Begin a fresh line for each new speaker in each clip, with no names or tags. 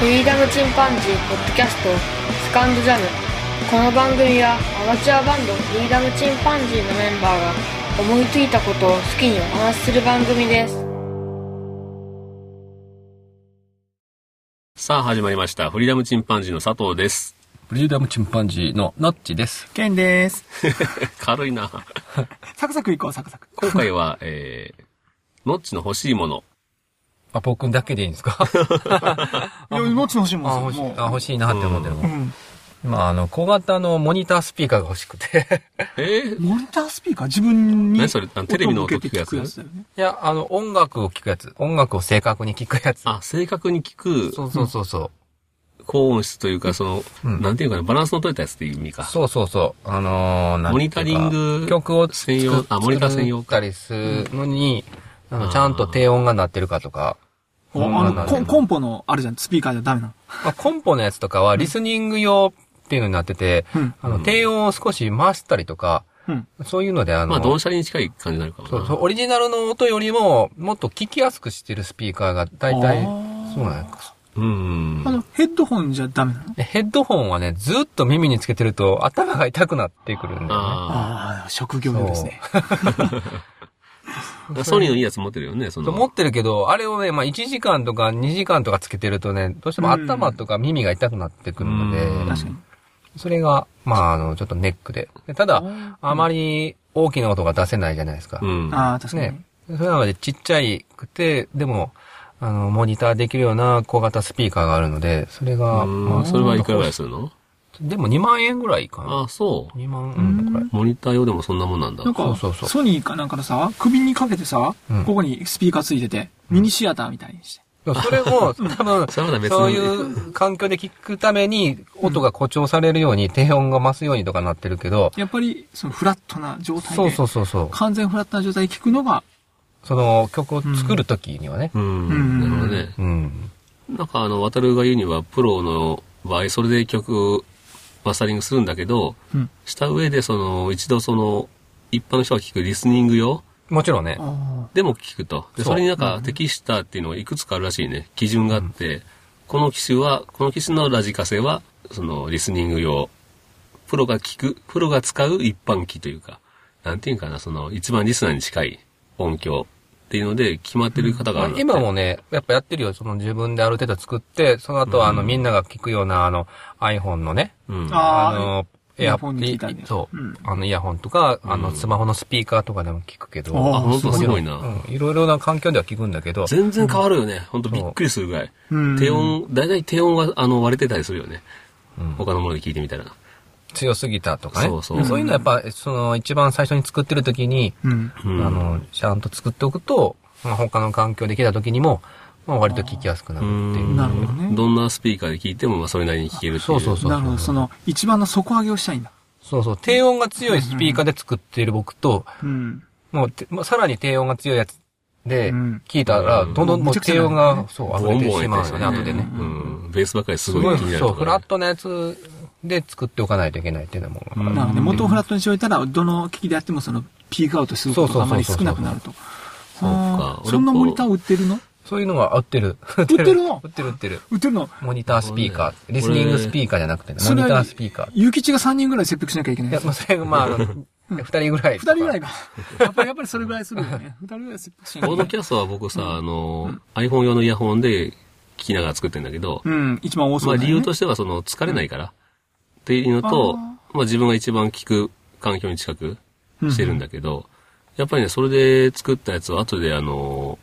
フリーダムチンパンジーポッドキャストスカンドジャムこの番組はアマチュアバンドフリーダムチンパンジーのメンバーが思いついたことを好きにお話しする番組です
さあ始まりました。フリーダムチンパンジーの佐藤です。
フリーダムチンパンジーのナッチです。
ケンです。
軽いな。
サクサク行こう、サクサク。
今回は、えー、ノッチの欲しいもの。
あ、僕だけでいいんですか
いや、もちろん欲しい
あ、
もん
欲し
すよ
い、あ、
も
欲しいなって思ってる
う。う
もん。
ん。
今、あの、小型のモニタースピーカーが欲しくて。
えー、
モニタースピーカー自分に。
何それあのテレビの音
を受けて
聞くやつ
だよね。
いや、あの、音楽を聴くやつ。音楽を正確に聴くやつ。
あ、正確に聞
そ
く
うそうそうそう。
高音質というか、その、
うん
なんていうかな、バランスの取れたやつっていう意味か。
そうそうそう。あのー、なんていうか
モニタリング
曲を作
専用あモニター専用
作っ
か
たりするのに、あ
あ
の
ー
ちゃんと低音が鳴ってるかとか。
お
うん
あの
なんだ
コン、コンポの、あるじゃん、スピーカーじゃダメなの。
まあ、コンポのやつとかはリスニング用っていうのになってて、
うん。
あの、低音を少し回したりとか、
うん。
そういうので、あの、
まあ、ドンシャリに近い感じになるかもな。
そうそう、オリジナルの音よりも、もっと聞きやすくしてるスピーカーが、だいたい
あ、ー
そうなんです。
うん
あ。の、ヘッドホンじゃダメなの。
でヘッドホンはね、ずっと耳につけてると、頭が痛くなってくるんだよね。
あ
ああ、職業用ですね。
あ。ソニーのいいやつ持ってるよね、そ
と
の。
持ってるけど、あれをね、まあ、1時間とか2時間とかつけてるとね、どうしても
うん
頭とか耳が痛くなってくるので、
うん
確かに。
それが、まあ、あの、ちょっとネックで。でただ、
あ
あまり大きな音が出せないじゃないですか。
うん。
ああ、確かに
ね。。それなので、ちっちゃいくて、でも、あの、モニターできるような小型スピーカーがあるので、それが、
う
ま
ん。
あ
それはいくらぐらいするの
でも2万円ぐらいか
あ
な。
あ、そう。
2万、
う
うんん、これ。
モニター用でもそんなもんなんだ。
なん
そう
か
そうそ、う
ソニーかなんかのさ、首にかけてさ
うん、
ここにスピーカーついてて、ミニシアターみたいにして。
でもそれも、多分、
それまた別に
そういう環境で聞くために、音が誇張されるように、低音が増すようにとかなってるけど、
やっぱり、そのフラットな状態
そう
で
そ、うそうそう。
完全フラットな状態で聞くのが、
その曲を作るときにはね。
うん。なるほどね。
うん。
なんかあの、渡るが言うには、プロの場合、それで曲、マスタリングするんだけど、
うん。
した上で、その、一度その、一般の人が聞くリスニング用
もちろんね。
あ
でも聞くと。で、
そ
そ
う
れになんか適したっていうのがいくつかあるらしいね。基準があって、この機種は、この機種のラジカセは、その、リスニング用。プロが聞く、プロが使う一般機というか、なんていうんかな、その、一番リスナーに近い音響っていうので、決まってる方があるんだって
今もね、やっぱやってるよ。その自分である程度作って、その後はあの、みんなが聞くような、あの、iPhone のね、
うん。
あー
あの、
イヤホンに聞いたりね
そう、
うん
あの、イヤホンとか、あ
う
の、
ん
スマホのスピーカーとかでも聞くけど、
あ、
あ
本当すごいな。
うん、いろいろな環境では聞くんだけど、
全然変わるよね。ほんとびっくりするぐらい。
うん
低音、大体低音があの割れてたりするよね。
うん
他のもので聞いてみたら。
強すぎたとかね。
そうそう
そういうのはやっぱ、その、一番最初に作ってる時に、
うん。
うん
あの、ちゃんと作っておくと、まあ、他の環境で来た時にも、まあ、割と聞きやすくなるっていう。
うん
なるほどね。
どんなスピーカーで聞いても、まあ、それなりに聞けるっていう。
そうそうそう
なるほど、その、一番の底上げをしたいんだ。
そうそう。低音が強いスピーカーで作っている僕と、
うん。
もうて、まあさらに低音が強いやつで
うん、
聞いたら、
うん
どんどんもう低音が、そう、
ボ
溢
ン
れて
ボン
し
やっ
ま
て
う
るね。
よね、後でね。
うん。ベースばっかりす
す
ご
ご
い
い
気になる
そ
と
う、
こ
フ
ろ
ラ
ね
ットなやつで作っておかないといけないっていうのも。
うん
なので、元をフラットにしておいたら、どの機器であっても、その、ピークアウトすることがあまり少なくなると。
うそうそう
あー
か
そんなモニター売って るの
そういうのは売ってる。売って
るの
売ってる売ってる。
売ってるの
モニタースピーカー。リスニングスピーカーじゃなくてね、モ
それ
ニタ
は
ースピーカー。い
ゆきちが3人ぐらい接客しなきゃいけない
や、
です。
まあ、それがまあ、あの、 二人ぐら
2
い。
人ぐらい。が。やっぱり、やっぱりそれぐらいするよね。2人 ぐらい接客しなきゃ
ボード
いけない。
キャストは僕さ、あの、iPhone 用のイヤホンで聞きながら作ってんだけど、
うん、一番多
ま
そ
あ
うだ
理
よね。
由としてはその疲れないから、っていうのと、
あー
まあ自分が一番聞く環境に近くしてるん
だ。
だけど、やっぱりね、それで作ったやつを後であの、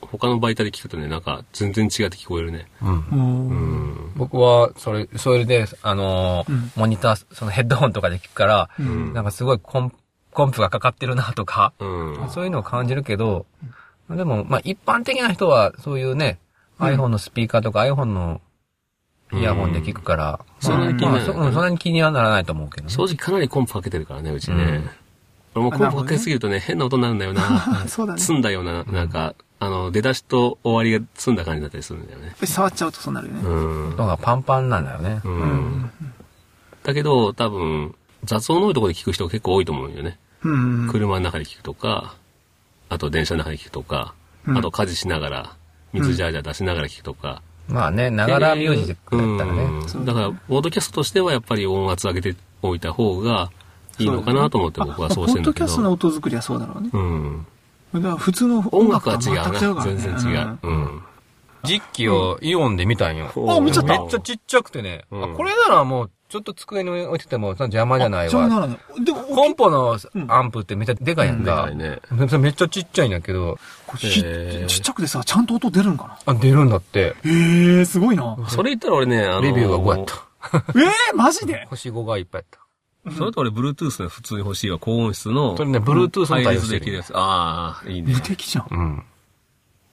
他の媒体で聞くとね、なんか全然違って聞こえるね。
うん。
うん。
ん。
僕は、それ、それで、あのー
うん
モニター、そのヘッドホンとかで聞くから、
うん
なんかすごいコン、コンプがかかってるなとか、
うん。
そういうのを感じるけど、でも、まあ一般的な人は、そういうね、
うん
iPhone のスピーカーとか iPhone のイヤホンで聞くから、
うん
まあ
そんなに気にならない
まあそうんそんなに気にはならないと思うけどね。
正直かなりコンプかけてるからね、うち
う
ね
ん。
俺もコンプかけすぎるとね、変な音になるんだよな。
そうだね。
積んだような、なんか、あの、出だしと終わりが積んだ感じだったりするんだよね
やっ。ぱり触っちゃうとそうなるよね。
うん。
のがパンパンなんだよね。
うん。だけど、多分、雑音の多いところで聞く人が結構多いと思うんよね。
うん。
車の中で聞くとか、あと電車の中で聞くとか、
うん
あと家事しながら、水ジャージャー出しながら聞くとか、
まあね、ながらミュージックだったらね。
うんだから、ボードキャストとしてはやっぱり音圧上げておいた方がいいのかなと思って僕はそうしてるんだけ
ポッドキャストの
ど。
音作りはそうだろうね。
うん。
だから普通の
音楽は違
全
う
く違う
な。
からね。
全然違う。うん。
実機をイオンで見たんよ。
おー
見ちゃった
めっちゃちっちゃくてね。
うん
あこれならもう、ちょっと机に置いてても邪魔じゃない
そう
わ。
なの。でも、
コンポの
うん
アンプってめっちゃでかいやん
で
か
かい。ね。
それめっちゃちっちゃいんだけど、
これひ
えー
ちっちゃくてさ、ちゃんと音出るんかな
あ、出るんだって。
えー、すご いな。
それ言ったら俺ね、あの
レビューが5やった。
えー、マジで
星5がいっぱいやった。
それと俺、Bluetooth の普通に欲しいわ。高音質の。
それね、Bluetooth の
配
対応
列
して
できる
る
や。つ。ああ、いいね
無。敵じゃん。
うん。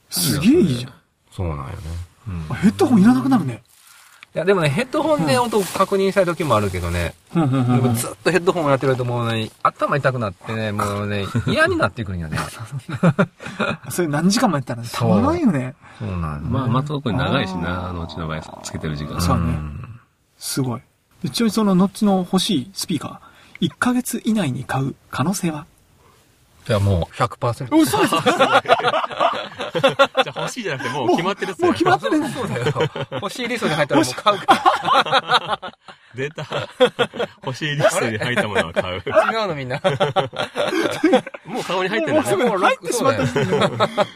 すげえいいじゃん。
そうなんよね。
あヘッドホンいらなくなるね。
いや、でもね、ヘッドホンで音確認したい時もあるけどね。
うんうんうん
で
う
も
ん
ずっとヘッドホンやってるともうね、頭痛くなってね、もうね、嫌になってくるんよ ね。
それ何時間もやったらねたまらんよね。
そうなん
まあ、まあ、特に長いし
あー
な、あのうちの場合、つけてる時間。
そうね
ん
すごい。でちなみにその、後の欲しいスピーカー、1ヶ月以内に買う可能性は
じゃあもう 100%。
嘘です
じゃあ欲しいじゃなくて、もう決まってるやつ
もう決まってるね。
そうだよ。欲しいリストに入ったらもう買うか
出た。 欲しいリストに入ったものは買う。
ら。違うのみんな。
もう顔に入ってる
も
ん
うす
だ
ぐ
ね。
入ってしまった
そう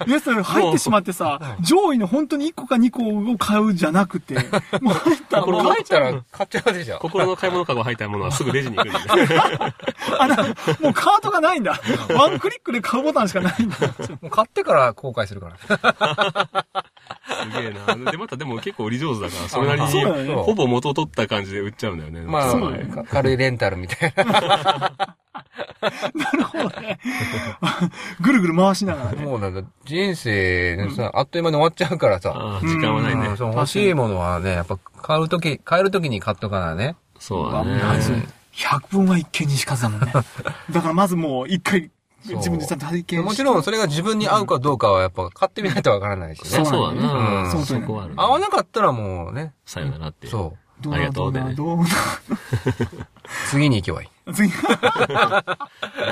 いや、それ入ってしまってさ、上位の本当に1個か2個を買うじゃなくて、もう入ったら
これ
もう
入ったら買っちゃうでしょ。
心の買い物カゴ入ったものはすぐレジに行くんだね。
あなもうカートがないんだ。ワンクリックで買うボタンしかないんだ。
もう買ってから後悔するから。
すげえな。で、またでも結構売り上手だから、それなり
そうだよ
に、
ね
ほぼ元取った感じで売っちゃうんだよね。
ま
そうだね
あ、軽いレンタルみたいな。
なるほどね。ぐるぐる回しながらね。
もうなんだ、人生ねさ、あっという間に終わっちゃうからさ。
ああ、時間はない
うん
ね。
そう欲しいものはね、やっぱ買うとき、買えるときに買っとかなね。
そう
ま
だ
あ
ね。
まず100分は一見にしかずだもんね。だからまずもう一回、
そう
自分でちゃんと体験して。
もちろんそれが自分に合うかどうかはやっぱ買ってみないとわからないし
そ
ね
う。そうだ
うん
な。
そうだ
そ
ね
こはある。
合わなかったらもうね、
さよならって。
そ
ど
ありがとうね
などうな
う。次に行けばいい。
次、
な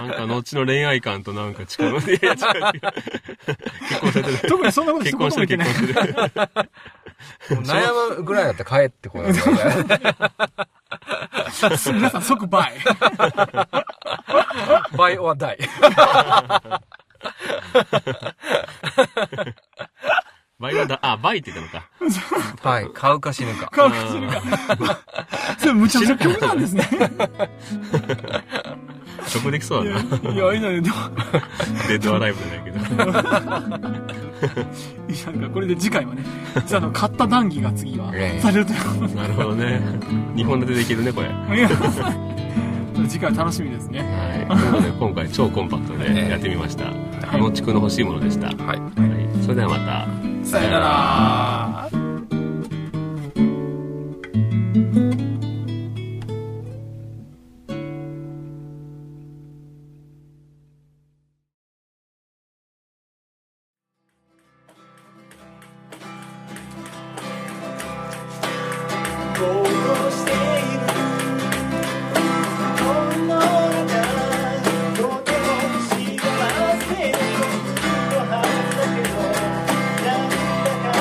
んか、後の恋愛感となんか近い。いや違う違う結婚されてる。
特にそんなことし
結
たこ
婚
と
し
も
て
いけ
る、
ない
結。婚してる。
悩むぐらいだったら帰ってこない。
皆さん即バイ。
バイオアダイ。
倍はだ、あ、倍って言ったのか。
はい。買うか死ぬか。
買うかするか。それむちゃくちゃ曲なんですね。
食できそう
い
だ
や
な。
いや、いいのよ。でも、
デッドアライブじゃないけど。
なんかこれで次回は ね、じゃああの、買った談義が次は
ええ
されるということで
なるほどね。日本でできるね、これ。は
お願いします。 次回楽しみですね。
い。ということで、今回超コンパクトでやってみました。この地区の欲しいものでした。はい。それではまた。
さよなら。
「こうしていくこの中とても幸せのはずだけどなんだか」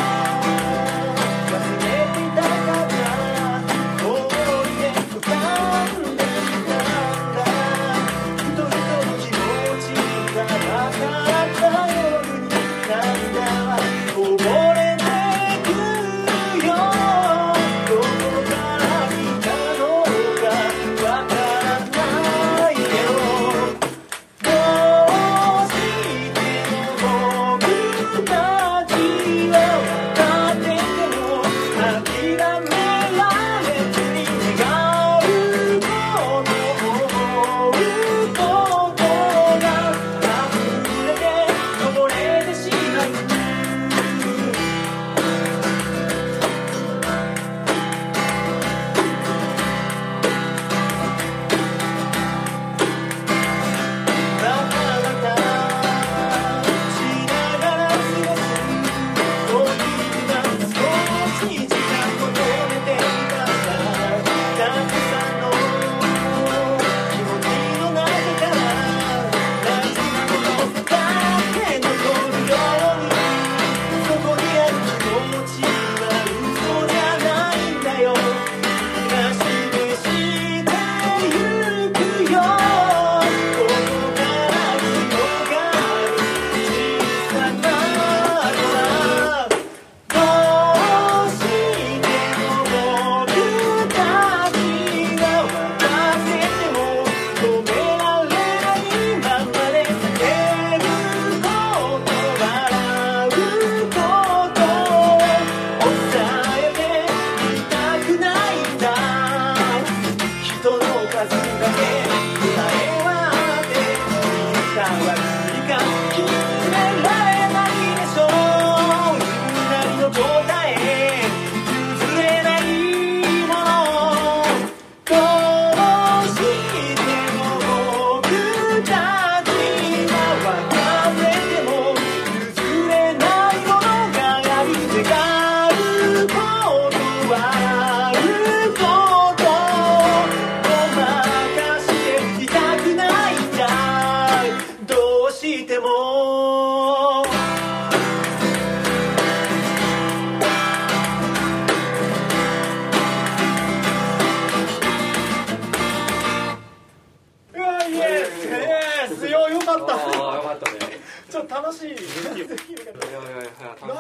いやいやいや
らしい。ラ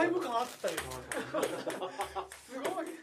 イブ感あったよ。すごい。